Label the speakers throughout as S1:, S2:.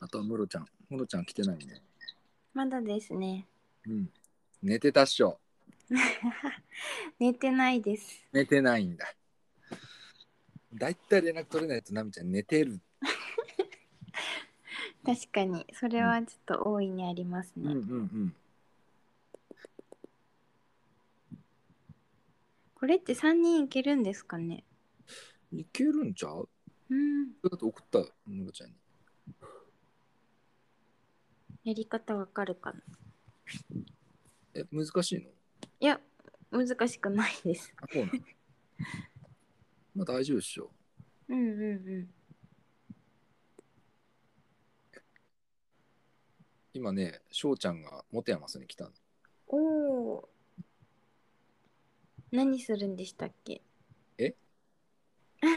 S1: あとはムロちゃん。ムロちゃん来てないね。
S2: まだですね。
S1: うん。寝てたっしょ。
S2: 寝てないです。
S1: 寝てないんだ。だいたい連絡取れないとナミちゃん寝てる。
S2: 確かに、それはちょっと大いにあります
S1: うんうん
S2: ね。
S1: うん。
S2: これって三人いけるんですかね。
S1: いけるんちゃう
S2: うん。
S1: だって送った、ムロちゃんに。
S2: やり方わかるかな。
S1: え、難しいの
S2: いや、難しくないです。
S1: あ、そうなの まあ大丈夫っしょ。
S2: うんうんうん。
S1: 今ね、翔ちゃんが元山さんに来たの。
S2: おお。何するんでしたっけ
S1: え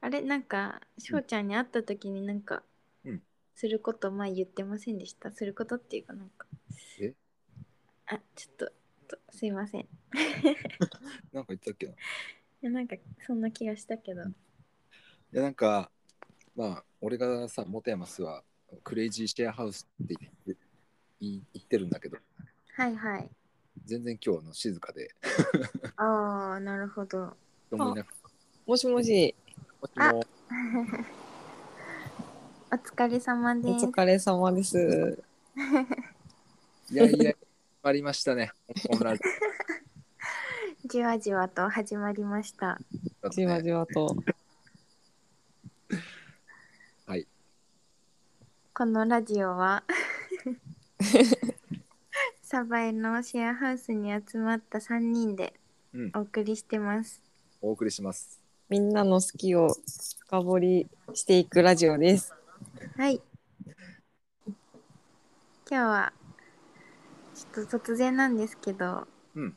S2: あれなんか翔ちゃんに会った時になんか、
S1: うん
S2: すること前言ってませんでしたすることっていうかなんか
S1: え
S2: あちょっととすいませんい
S1: なんか言ってたっけな
S2: やなんかそんな気がしたけど
S1: いやなんかまあ俺がさ元山スはクレイジーシェアハウスって言って言い言ってるんだけど
S2: はいはい
S1: 全然今日あの静かで
S2: ああなるほど
S1: 人もいなくて
S3: もしもし、
S1: もしも
S2: お疲れ様で
S3: お
S2: す
S3: 疲れ様です。
S1: いやいや始まりましたね香港ラジ
S2: じわじわと始まりました
S1: オだと
S3: じわ
S1: ね
S3: じわと。
S2: このラジオはサバエのシェアハウスに集まった3人で
S1: うん
S2: お送りしてます、
S1: お送りします
S3: みんなの好きを深掘りしていくラジオです。
S2: はい今日はちょっと突然なんですけど、
S1: うん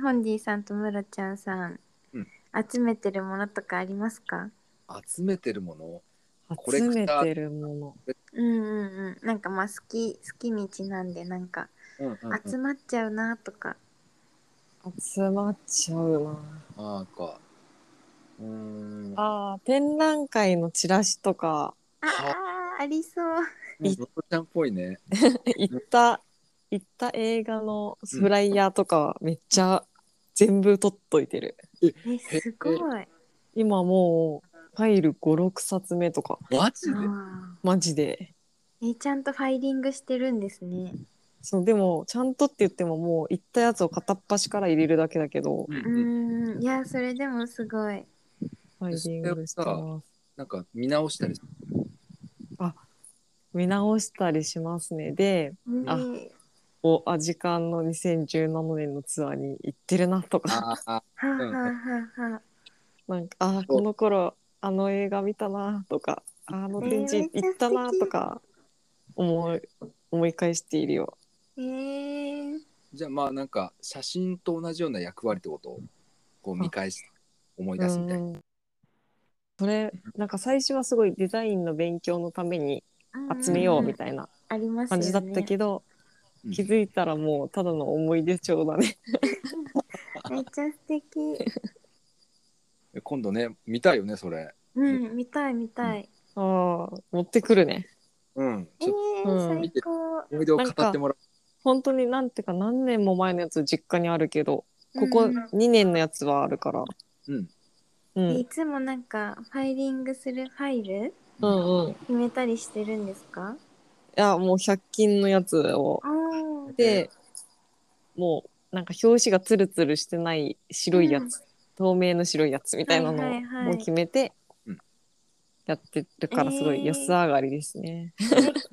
S2: ホンディさんとムロちゃんさん、
S1: うん
S2: 集めてるものとかありますか
S1: 集めてるものコレ
S3: 集
S1: ク
S3: め
S1: ター
S3: てるも
S2: うんうんうんなんかまあ好き好きにちなんでなんか
S1: うんうんうん
S2: 集まっちゃうなとか、
S3: の集まっちゃうな。
S1: あーかうーん
S3: ああ、展覧会のチラシとか
S2: ああありそう
S1: ムロちゃんっぽいね
S3: 行った行った映画のフライヤーとかめっちゃ全部取っといてる。
S2: えすごい
S3: 今もうファイル5、6冊目とか
S1: マジで
S2: あー
S3: マジで。
S2: えちゃんとファイリングしてるんですね。
S3: そうでもちゃんとって言ってももう行ったやつを片っ端から入れるだけだけど。
S1: う
S2: うーん、いや、それでもすごい。
S3: ファイリングしてます。
S1: なんか見直したりする
S3: 見直したりしますね。で、あ
S2: ね
S3: おアジカンの2017年のツアーに行ってるなとか、
S1: あー
S2: はあはあはあはあ。
S3: なんか、あー、
S1: そう
S3: この頃、あの映画見たなとか、あの展示
S2: えーめっちゃ
S3: 行ったなとか、思い、思い返しているよ。
S2: えー、
S1: じゃあまあなんか写真と同じような役割ってことをこう見返して思いう出すみたいな。
S3: ん。それ、なんか最初はすごいデザインの勉強のために集めようみ
S2: い
S3: たいな
S2: な。ありますよ
S3: 感
S2: ね。
S3: じだったけど、
S1: うん
S3: 気づいたらもうただの思い出帳だね。
S2: めっちゃ素敵。
S1: え今度ね見たいよねそれ。
S2: うん、見たい見たい。
S3: ああ、持ってくるね。
S1: うん。
S2: え
S1: ちょっ
S2: ー、
S3: うん
S2: 最高。
S1: と思い出を語ってもら
S3: 本当になんていうか何年も前のやつ実家にあるけどこ
S2: う
S3: こ
S2: ん
S3: 2年のやつはあるから、
S1: う。うん。
S3: うん
S2: いつもなんか、ファイリングするファイル
S3: うんうんい
S2: 決めたりしてるんですか
S3: やもう100均のやつを
S2: あー
S3: でもうなんか表紙がツルツルしてない白いやつ、透明の白いやつみたいなの
S2: は
S3: を
S2: いはいはい
S3: もう決めて
S1: うん
S3: やってるからすご
S2: えー
S3: い安上がりですね、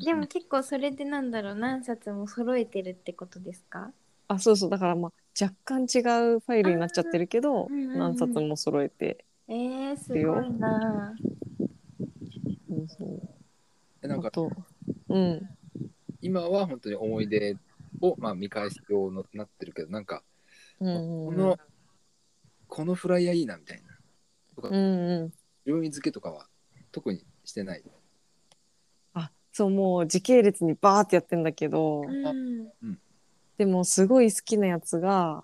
S2: えでも結構それでなんだろう、何冊も揃えてるってことですか
S3: あそうそうだからまあ若干違うファイルになっちゃってるけど、
S2: うんうんうん
S3: 何冊も揃えて、
S2: えー、すごいなぁ。
S3: うんそう
S1: えなん
S3: あ
S1: か
S3: とうん
S1: 今は本当に思い出をまあ見返すようになってるけどなんか
S3: うん
S1: こ
S3: うん
S1: の、このフライヤーいいなみたいな
S3: うんうん
S1: 順位付けとかは特にしてない。
S3: あそうもう時系列にバーってやってんだけど、
S2: うん。
S3: でもすごい好きなやつが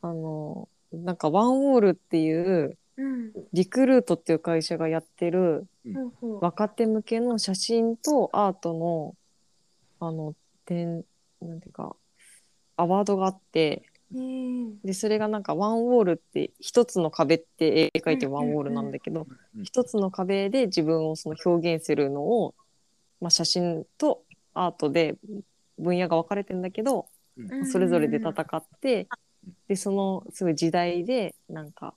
S3: あのなんかワンウォールっていう
S2: うん。
S3: リクルートっていう会社がやってる
S2: ほうほう
S3: 若手向けの写真とアートのあの展なんていうかアワードがあって
S2: えー
S3: でそれがなんかワンウォールって一つの壁って絵描いてワンウォールなんだけど
S1: うん
S3: 一つの壁で自分をその表現するのを、まあ、写真とアートで分野が分かれてんだけど
S2: うん
S3: それぞれで戦って、でそのすごい時代でなんか、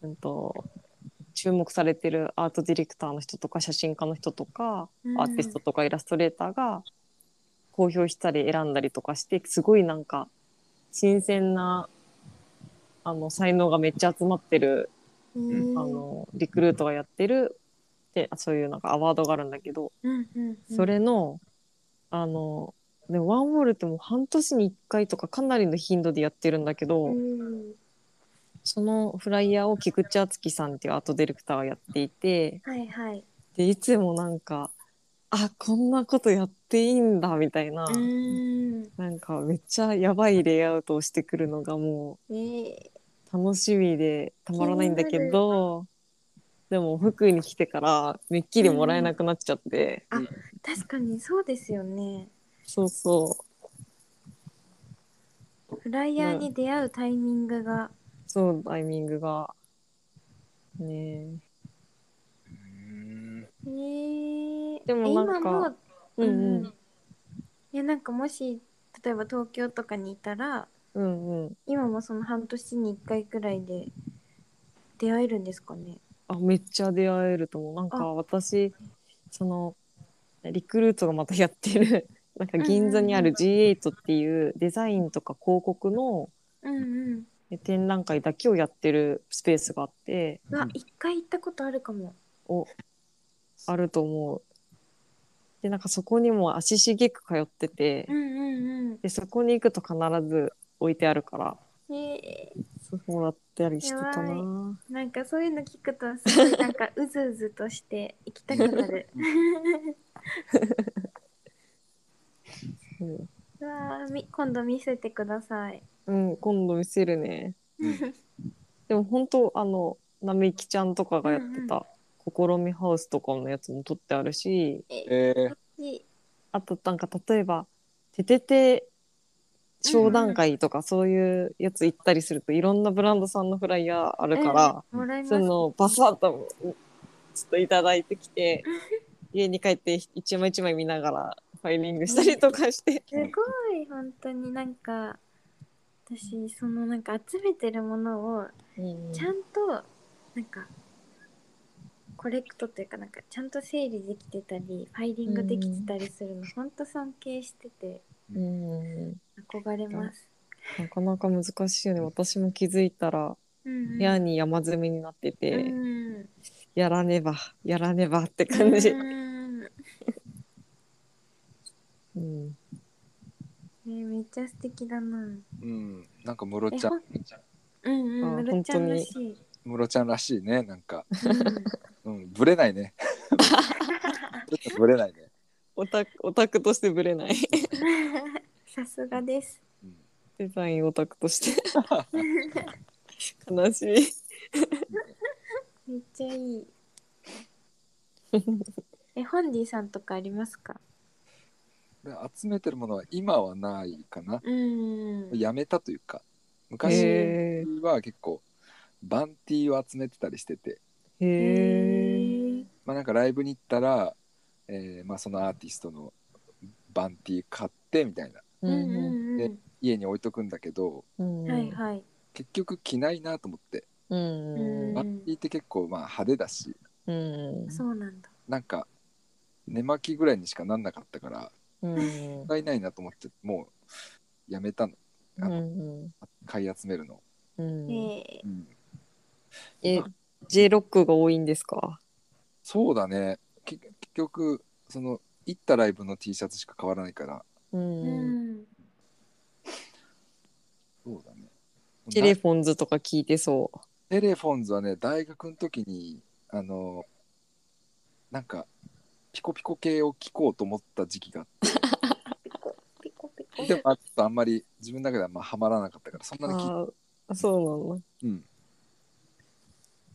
S3: うん、と注目されてるアートディレクターの人とか写真家の人とか、
S2: うん
S3: アーティストとかイラストレーターが公表したり選んだりとかしてすごいなんか新鮮なあの才能がめっちゃ集まってる、
S2: うん
S3: あのリクルートがやってるでそういうなんかアワードがあるんだけど、
S2: うんうんうん
S3: それの、あの、でもワンウォールってもう半年に1回とかかなりの頻度でやってるんだけど、
S2: うん
S3: そのフライヤーを菊池敦樹さんっていうアートディレクターがやっていて、
S2: はいはい
S3: で、いつもなんか、あ、こんなことやっていいんだみたいな、
S2: うん
S3: なんかめっちゃやばいレイアウトをしてくるのがも
S2: えー
S3: う楽しみでたまらないんだけど、でも福井に来てからめっきりもらえなくなっちゃって、
S2: 確かにそうですよね
S3: そうそう、
S2: フライヤーに出会うタイミングが
S3: そうタイミングが、ねえ。
S1: うん
S2: えー
S3: でもなんか
S2: え今もう
S3: うん
S2: いやなんかもし例えば東京とかにいたら
S3: うんうんうん
S2: 今もその半年に1回くらいで出会えるんですかね
S3: あめっちゃ出会えると思うなんか
S2: あ
S3: 私そのリクルートがまたやってる なんか銀座にある G8 っていうデザインとか広告の
S2: うんうん
S3: 展覧会だけをやってるスペースがあって
S2: うわ一回行ったことあるかも
S3: あると思うでなんかそこにも足しげく通ってて
S2: うんうん
S3: でそこに行くと必ず置いてあるから
S2: うんえ
S3: そうもらったりしてた
S2: やばい
S3: な
S2: ーなんかそういうの聞くとすごいなんかうずうずとして行きたくなる
S3: うん、
S2: うわーみ今度見せてください
S3: うん、今度見せるねでも本当あの並木ちゃんとかがやってた「試みハウス」とかのやつも撮ってあるし
S2: え
S1: えー
S2: いい
S3: あとなんか例えば「ててて」商談会とかそういうやつ行ったりするといろんなブランドさんのフライヤーあるから、
S2: もらいます
S3: そのバサッとちょっといただいてきて
S2: う
S3: 家に帰って一枚一枚見ながらファイリングしたりとかして
S2: すごい本当になんか私そのなんか集めてるものをちゃんとなんかコレクトというかなんかちゃんと整理できてたりファイリングできてたりするの、ほんと尊敬してて
S3: うん
S2: 憧れます。
S3: なかなか難しいよね私も気づいたら
S2: うん
S3: 部屋に山積みになってて。
S2: うん
S3: やらねばやらねばって感じ、
S2: うんね
S3: うん、
S2: めっちゃ素敵だな。うん
S1: うん、なんかムロちゃん
S2: う
S3: あ
S2: ん、むるちゃんらしい。
S1: ムロちゃんらしいねなんか、
S2: うん
S1: うん、ブレないねちょっとブレないね、
S3: オタクオタクとしてぶれない
S2: さすがです。
S1: うん
S3: デザインオタクとして 悲しい
S2: めっちゃい い。え、ホンディさんとかありますか。
S1: で集めてるものは今はないかな
S2: うん。
S1: やめたというか昔
S3: へ
S1: は結構バンティーを集めてたりしてて、
S3: えへえ
S1: まあ、なんかライブに行ったら、えーまあ、そのアーティストのバンティー買ってみたいな
S2: うんうん
S1: で家に置いとくんだけど
S2: うん。はいはい。
S1: 結局着ないなと思って
S2: うん
S1: バンティーって結構まあ派手だし
S2: そうなんだ。
S1: なんか寝巻きぐらいにしかなんなかったからもったいないなと思ってもうやめたの買い集めるの、
S2: えー
S1: うん
S3: え J ロックが多いんですか
S1: そうだねき結局その行ったライブの T シャツしか変わらないから
S3: う
S2: うんん。
S1: そうだね
S3: テレフォンズとか聞いてそ
S1: テレフォンズはね大学の時にあのなんかピコピコ系を聞こうと思った時期があっ
S2: ピコピコピコ
S1: て。でもあとあんまり自分の中ではまあハマらなかったからそん
S3: う
S1: なに聞い
S3: あーそうなの
S1: うん、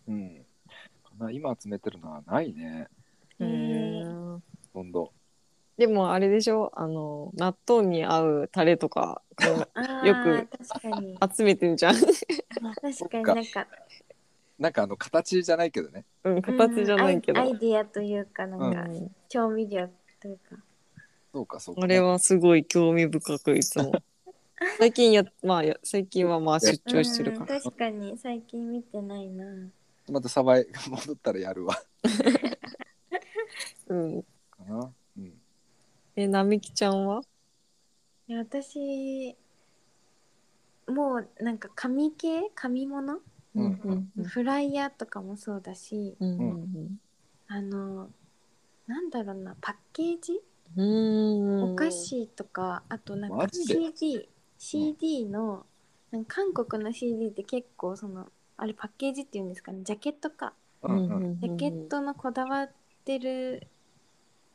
S1: うん、な今集めてるのはないね
S2: うん
S3: うん
S1: ほとんど
S3: でもあれでしょあの納豆に合うタレとかこう
S2: あ
S3: よ
S2: ー
S3: く
S2: 確かに
S3: 集めてるじゃん、
S2: 確かになんか
S1: なんかあの形じゃないけどね
S3: うん、形じゃないけど、
S2: うんアイアイディアというかな
S3: うん
S2: か
S3: ん、
S2: 調味料というか
S1: そうかそうか
S3: あれはすごい興味深くいつも最近やまあや最近はまあ出張してる
S2: うん
S3: から、
S2: 確かに最近見てないな
S1: またサバイ戻ったらやるわ
S3: うん
S1: かなうん
S3: え並木ちゃんはい
S2: や私もうなんか紙系紙物、
S1: うん
S2: フライヤーとかもそうだし
S3: うん
S1: う
S2: あのなんだろうなパッケージ、
S3: うん
S2: お菓子とかあとなん
S1: マ
S2: か
S1: ジで
S2: CD CD のなんか韓国の CD って結構そのあれパッケージっていうんですかねジャケットか
S1: うんうん
S2: ジャケットのこだわってる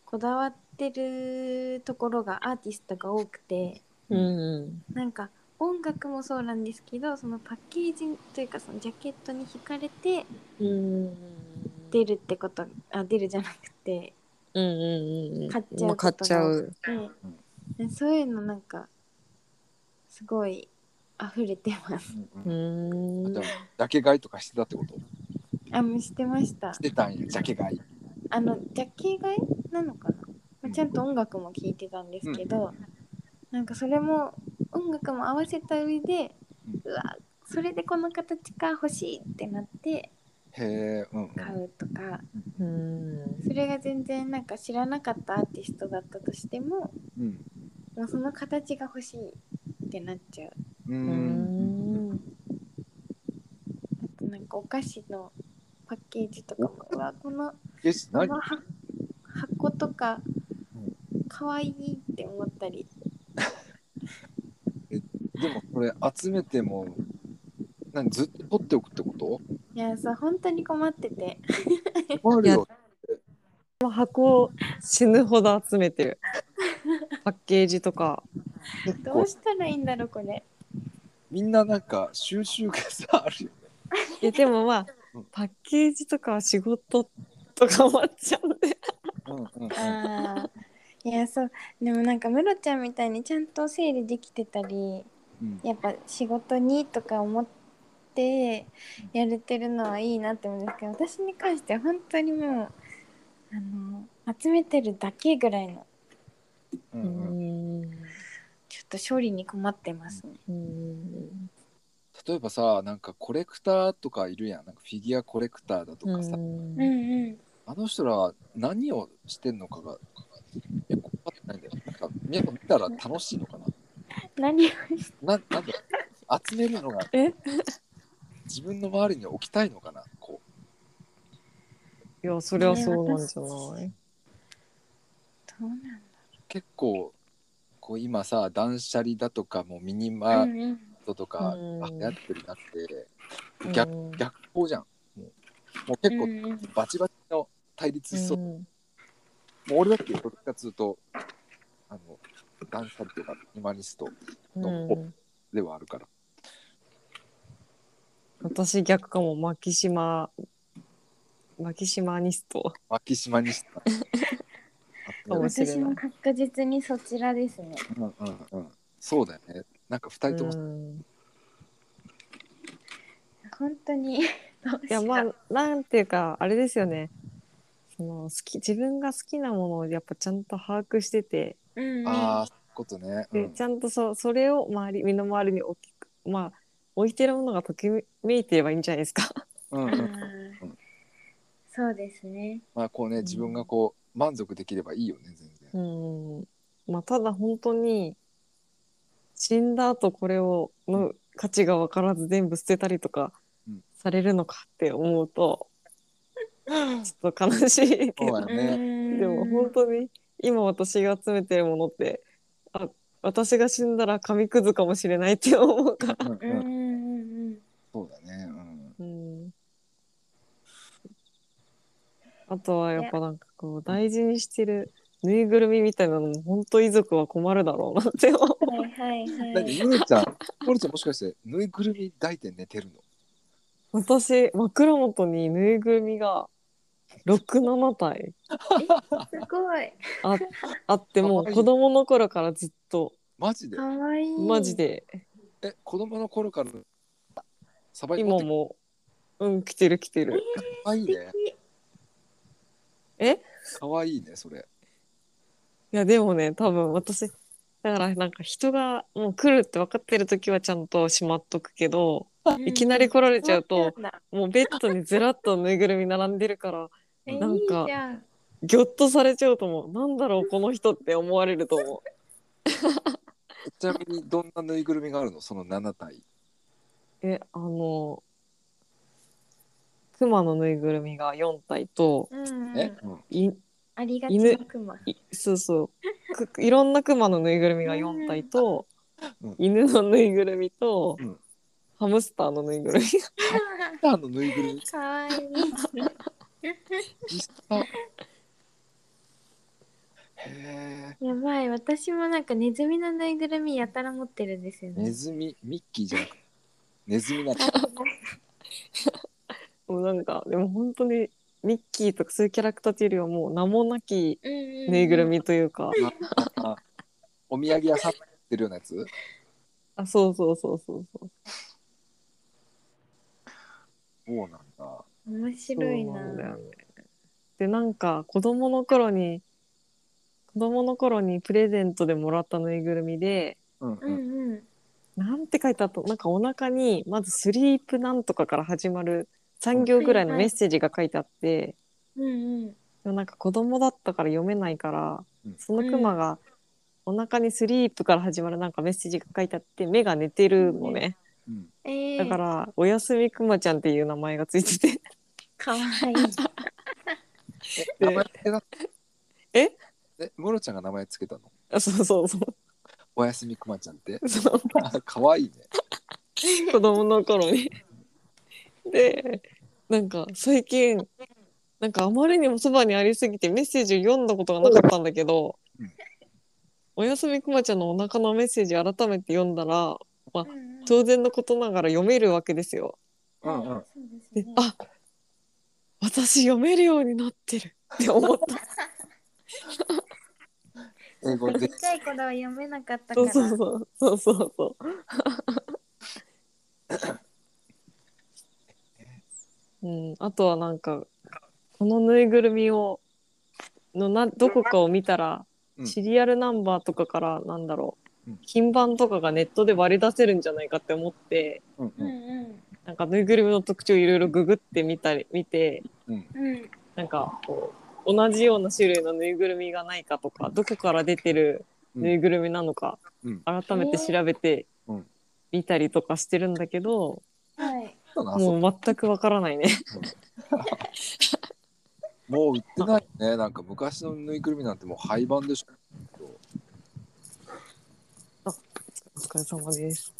S2: こだわってるところがアーティストが多くて
S3: うん
S2: なんか音楽もそうなんですけどそのパッケージというかそのジャケットに惹かれて
S3: うん
S2: 出るってことあ出るじゃなくて
S3: うんうんうん
S2: 買っちゃうことが多くて
S3: も買っちゃう
S2: でそういうのなんかすごい溢れてます。
S1: うん
S3: う
S1: うん
S3: ん
S1: じゃあジャケ買いとかしてたってこと
S2: あもうしてました
S1: し。てたんやジャケ買い
S2: あのジャッキー買いなのかな、まあ、ちゃんと音楽も聴いてたんですけど、なんかそれも音楽も合わせた上で、うわそれでこの形か欲しいってなって
S1: へえうんうん
S2: 買うとか、
S3: うん
S2: それが全然なんか知らなかったアーティストだったとしても
S1: うん
S2: もうその形が欲しいってなっちゃう
S1: う
S3: うんん
S2: あとなんかお菓子のパッケージとかもうわこの
S1: えし
S2: こ
S1: 何
S2: のは箱とか
S1: うん
S2: 可愛いって思ったり
S1: でもこれ集めても何ずっと取っておくってこと
S2: いやさ本当に困ってて
S1: 困るよ
S3: もう箱を死ぬほど集めてるパッケージとか
S1: 結
S2: ど
S1: 構
S2: うしたらいいんだろうこれ
S1: みんななんか収集がさあるよね
S3: えでもまあ
S1: うん
S3: パッケージとか仕事とか終わっちゃうんで
S1: うんうんうん
S2: あいやそうでもなんかムロちゃんみたいにちゃんと整理できてたり
S1: うん
S2: やっぱ仕事にとか思ってやれてるのはいいなって思うんですけど私に関しては本当にもうあの集めてるだけぐらいの
S1: う
S3: うん
S1: うん
S3: ん
S2: ちょっと勝利に困ってますね。
S3: うん
S1: 例えばさなんかコレクターとかいるやんなんかフィギュアコレクターだとかさ、
S2: うんうん
S1: あの人らは何をしてんのかがよく分かってないんだよなんかやっぱ見たら楽しいのかな
S2: 何を
S1: ななんだろう集めるのが
S3: え
S1: 自分の周りに置きたいのかなこ
S3: いや、それはそうなんじゃない。
S2: どうなん
S1: う結構こう今さ断捨離だとかもうミニマ
S2: だ
S1: ー
S2: うんうん
S1: トとか
S3: うん
S1: 流行ってるなって
S3: うん
S1: 逆逆光じゃんもうもう結
S2: う
S1: 構
S2: んうん
S1: バチバチの対立しそう、も
S3: ん
S1: う俺だってどっちかっつうとあの断捨離とかミニマリスト
S3: うん
S1: ではあるから。
S3: 私逆かも、マキシマ。マキシマニスト。
S1: マキシマに した。
S3: かもしれない
S2: 私も確実にそちらですね。
S1: うんうんうん。そうだよね。なんか二人とも、
S3: うん
S2: 本当に どうし
S3: いや、まあ、なんていうか、あれですよね。その好き、自分が好きなものをやっぱちゃんと把握してて。
S2: うんうん、
S1: ああ、そういうことね。う
S3: で、
S1: ん
S3: ち、ゃんとそ、それを周り、身の回りに置き。まあ、置いてるものがときめいてればいいんじゃないですか。
S1: うん
S2: あー
S1: うん。
S2: そうですね。
S1: まあこうね、自分がこう満足できればいいよね、全然。
S3: うん。まあ、ただ本当に。死んだ後これをの価値が分からず全部捨てたりとか
S1: うん
S3: されるのかって思うと、ちょっと悲しいけ
S1: そう
S3: ど、
S1: だよね。
S2: ね
S3: でも本当に今私が集めてるものってあ私が死んだら紙くずかもしれないって思うから、
S1: うん
S2: うん
S1: うん。
S2: うんうん
S1: そうだね。うん。
S3: うん、あとはやっぱなんかこう大事にしてるぬいぐるみみたいなのも本当遺族は困るだろうなって思う。
S2: はいはいは
S1: だっ
S2: い。
S1: て、ゆう ちゃん、ポルちゃんもしかしてぬいぐるみ抱いて寝てるの
S3: 私枕元にぬいぐるみが67体
S2: すごい。
S3: ああってもう子供の頃からずっと
S1: マジで
S2: かわいい。
S3: マジ。で
S1: え、子供の頃からサバイバ
S3: 今
S1: ル
S3: もうん来てる来てる
S1: かわいい
S2: 素
S1: ね。
S2: 敵。
S3: え
S1: かわいいね、それ。
S3: いやでもね多分私だからなんか人がもう来るって分かってる時はちゃんとしまっとくけどいきなり来られちゃうと
S2: そうなんだ。
S3: もうベッドにずらっとぬいぐるみ並んでるから
S2: え
S3: なん
S2: い
S3: か
S2: いじゃん。
S3: ぎょっとされちゃうと思うなんだろうこの人って思われると思
S1: ちなみにどんなぬいぐるみがあるのその7体。
S3: うえあの熊のぬいぐるみが4体と
S2: うん
S1: え
S2: うん、
S1: うん、
S3: い
S2: ありがちなク マ。
S3: いそうそうくいろんなクマのぬいぐるみが4体と、
S1: うん
S3: 犬のぬいぐるみと、
S1: うん
S3: ハムスターのぬいぐるみ が
S1: あのぬいぐるみ、
S2: かわいい。
S1: 実際。へえ。
S2: やばい、私もなんかネズミのぬいぐるみやたら持ってるんですよ
S1: ネ
S2: ね。
S1: ズミ、ミッキーじゃなくて、ネズミなの。
S3: もうなんかでも本当にミッキーとかそういうキャラクターっていうよりはもう名もなきぬ
S2: ぬ
S3: いぐる。みというか、
S1: ああお土産屋さんに売ってるようなやつ
S3: あそうそうそうそうそう
S1: そうなんだ。
S2: 面白い
S3: そうなんだ
S2: な。
S3: よねでなんか子供の頃に子供の頃にプレゼントでもらったぬいぐるみで
S1: うん
S2: う
S1: うん。
S2: んうん。
S3: なんて書いてあったなんかお腹にまず「スリープなんとか」から始まる3行ぐらいのメッセージが書いてあって、
S2: うんうん。
S3: でもなんか子供だったから読めないから、
S1: うん
S3: そのクマがお腹に「スリープ」から始まるなんかメッセージが書いてあって目が寝てるのね、
S1: うん、
S2: ええ。
S3: だから「おやすみクマちゃん」っていう名前がついて て
S2: かわいい。
S1: 名前つけた
S3: え
S1: え、ムロちゃんが名前つけたの
S3: あそうそうそう
S1: おやすみくまちゃんって。
S3: そう
S1: かわいいね。
S3: 子供の頃に。でなんか最近なんかあまりにもそばにありすぎてメッセージを読んだことがなかったんだけど
S1: うん
S3: 「おやすみくまちゃん」のお腹のメッセージ改めて読んだら
S2: うんうん
S3: 当然のことながら読めるわけですよ。
S1: うんうん。
S2: そうです
S3: で
S2: ね。
S3: あ私読めるようになってるって思 った。
S1: 英語
S2: ちっ
S1: で。
S2: ちゃい頃は読めなかったか
S3: そう
S2: ら。
S3: そうそうそうそう そう。うん、あとはなんかこのぬいぐるみをのなどこかを見た
S1: う
S3: ら、
S1: ん
S3: シリアルナンバーとかからなんだろう、
S1: うん
S3: 品番とかがネットで割り出せるんじゃないかって思って
S1: うん
S2: う
S1: うんん
S3: なんかぬいぐるみの特徴いろいろググってみたり見て
S1: うん。
S2: うんうん。
S3: なんかこう同じような種類のぬいぐるみがないかとかどこから出てるぬいぐるみなのか、
S1: うん
S3: 改めて調べて
S1: うん
S3: 見たりとかしてるんだけど、
S2: はい。
S1: そうなの
S3: もう全くわからないね。
S1: もう売ってないね。なんか昔のぬいぐるみなんてもう廃盤でしょ。
S3: お疲れ様です。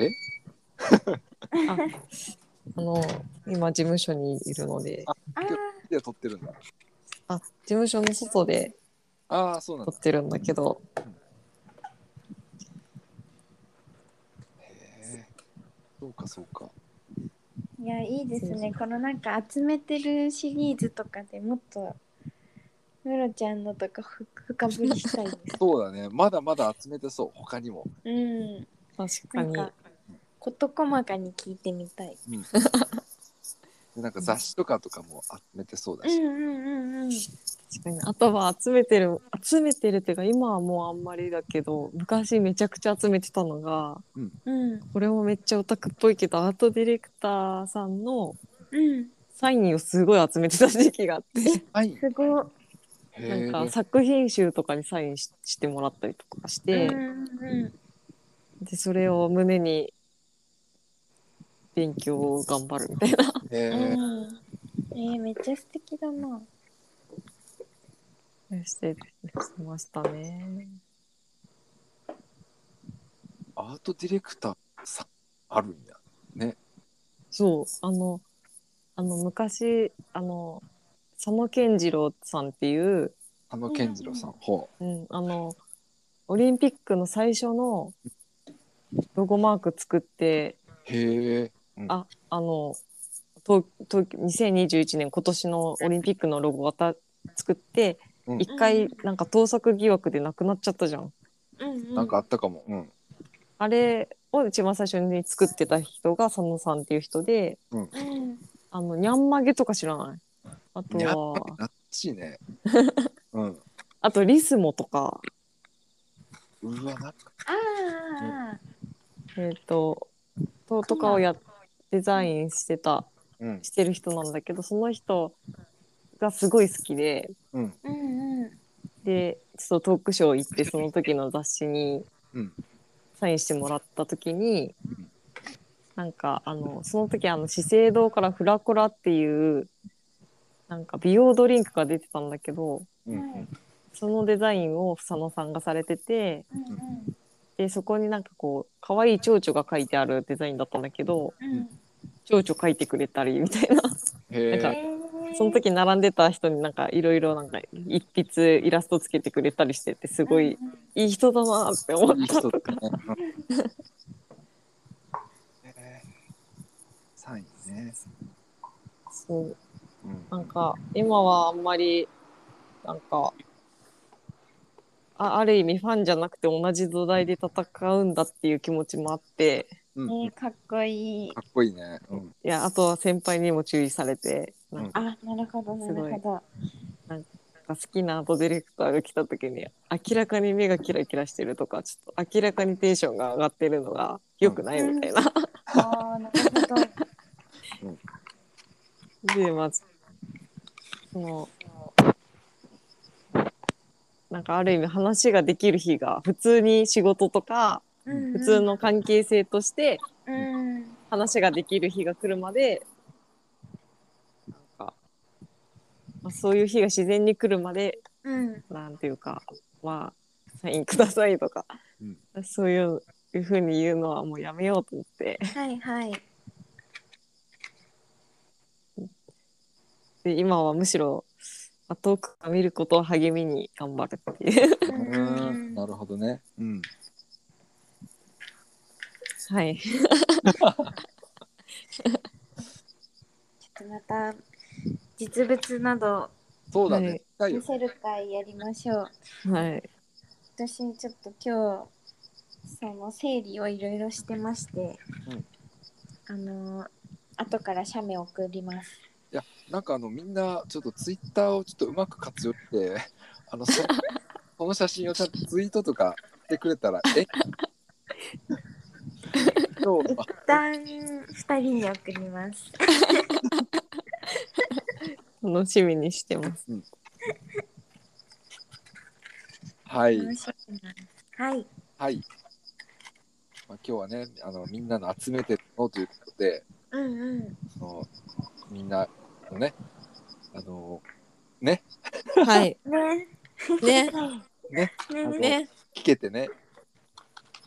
S1: え
S3: ああの今事務所にいるので
S1: あ
S2: ああ。
S1: で撮ってるんだ。
S3: あ事務所の外で
S1: ああ、そうなん
S3: 撮
S1: だ
S3: っ。てるんだけど
S1: へえ。そうかそうか。
S2: いや、いいですね。このなんか集めてるシリーズとかでもっと。ムロちゃんのとかふ深掘りしたいです。
S1: そうだね。まだまだ集めてそう。他にも。
S2: うん。
S3: 確か
S2: なん
S3: に
S2: か。事細かに聞いてみたい。
S1: うん。でなんか雑誌とかとかも集めてそうだ
S2: う
S1: し。
S2: んうんうんうん。
S3: 確かにあとは集めてる集めてるっていうか今はもうあんまりだけど昔めちゃくちゃ集めてたのが
S2: うん。
S3: これもめっちゃオタクっぽいけどアートディレクターさんの
S2: うん。
S3: サインをすごい集めてた時期があって
S1: はい。
S2: すごい。
S1: へ
S3: な
S1: え
S3: ん。か作品集とかにサインししてもらったりとかし
S2: うん
S3: て、
S2: うん
S3: でそれを胸に勉強を頑張るみたいな
S1: へえ
S2: うん。うん。えー、めっちゃ素敵だな。
S3: してしてましたね。
S1: アートディレクターさんあるんや。
S3: そうあのあの昔あの佐野健次郎さんっていう
S1: あの健次郎さん。ほ
S3: うん、あのオリンピックの最初のロゴマーク作って
S1: う。へえ。
S3: ああの東東2021年今年のオリンピックのロゴをまた作って
S1: うん
S3: 一、回なんか盗作疑惑でなくなっちゃったじゃん。
S2: うん
S1: なんかあったかも。うん。
S3: あれを一番最初に作ってた人が佐野さんっていう人で
S2: うん
S3: あのニャンマゲとか知らないあと
S1: やっ
S3: は
S1: ぱ懐かしいね。うん。
S3: あとリスモとか
S1: うわ、なんか、
S2: ああ
S3: えっ、とととかをやデザインしてた
S1: うん。
S3: してる人なんだけどその人がすごい好きで
S1: うん。
S2: うんうん
S3: でちょっとトークショー行ってその時の雑誌に
S1: うん
S3: サインしてもらった時に、
S1: うん
S3: なんかあのその時あの資生堂からフラコラっていうなんか美容ドリンクが出てたんだけど
S1: うん。うん
S3: そのデザインを佐野さんがされてて
S2: うんうん
S3: でそこになんかこう可愛い蝶々が書いてあるデザインだったんだけど
S2: うん
S3: 蝶々書いてくれたりみたいな
S1: へ
S3: なん
S1: え。
S2: えー
S3: その時並んでた人になんかいろいろなんか一筆イラストつけてくれたりしててすごい
S2: うんうん
S3: いい人だなって思
S1: いい
S3: った
S1: 人だ
S3: とか。
S1: ね。うんへーサインね。
S3: そう
S1: うん。
S3: なんか今はあんまりなんかあある意味ファンじゃなくて同じ土台で戦うんだっていう気持ちもあって
S1: うん
S2: えー、かっこいい
S1: かっこいいね。うん。
S3: いやあとは先輩にも注意されてなんか
S2: あなるほどなるほど
S3: 好きなアートディレクターが来た時に明らかに目がキラキラしてるとかちょっと明らかにテンションが上がってるのが良くないみたいな。
S2: あーなるほど
S3: でまずそのなんかある意味話ができる日が普通に仕事とか普
S2: 普
S3: 通の関係性として
S2: うん
S3: 話ができる日が来るまでなんか、まあ、そういう日が自然に来るまで
S2: うん
S3: なんていうかまあサインくださいとか、そういういうふうに言うのはもうやめようと思って
S2: はいはい
S3: で今はむしろまあ遠くから見ることを励みに頑張るっていう
S1: うん。なるほどね。うん。
S3: はい
S2: ちょっとまた実物など
S1: そうだ
S3: はい
S1: ね。近い
S2: 見
S1: よ。
S2: せる会やりましょう
S3: はい
S2: 私ちょっと今日その整理をいろいろしてまして、
S1: うん
S2: あの後から写メ送ります
S1: いや、なんかあの、みんな、ちょっとツイッターをちょっとうまく活用して、あの、そこの写真をちゃんとツイートとかしてくれたら、え今日、あ
S2: 一旦二人に送ります
S3: 楽しみにしてます
S1: はい、
S2: 楽しみなはい
S1: はい。まあ、今日はね、あの、みんなの集めてるのということで、
S2: うんうん
S1: あのみんなのね、あの、
S3: はい
S2: ね
S3: ね
S1: ね、
S2: ね
S1: あの
S2: ね
S3: ね
S1: 聞けてね、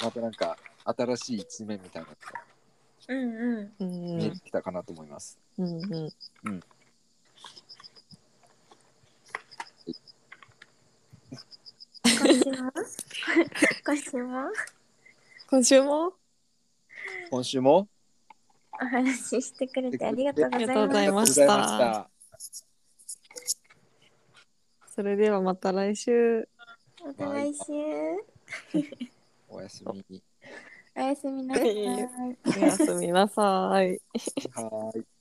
S1: またなんか、新しい一面みたいなのが
S2: うんうん
S3: うん
S1: 見えてきたかなと思います。
S3: うんうん
S2: 今週 も今週も
S3: 今週も
S1: 今週も
S2: お話ししてくれてありがとうござい
S3: ありがとうご
S2: ま
S3: ざ
S2: す
S3: いまし
S1: あり
S3: た
S1: がとうございました。
S3: それではまた来週
S2: また来週
S1: おやすみ。
S2: おやすみなさい
S3: おやすみなさい。
S1: はーい。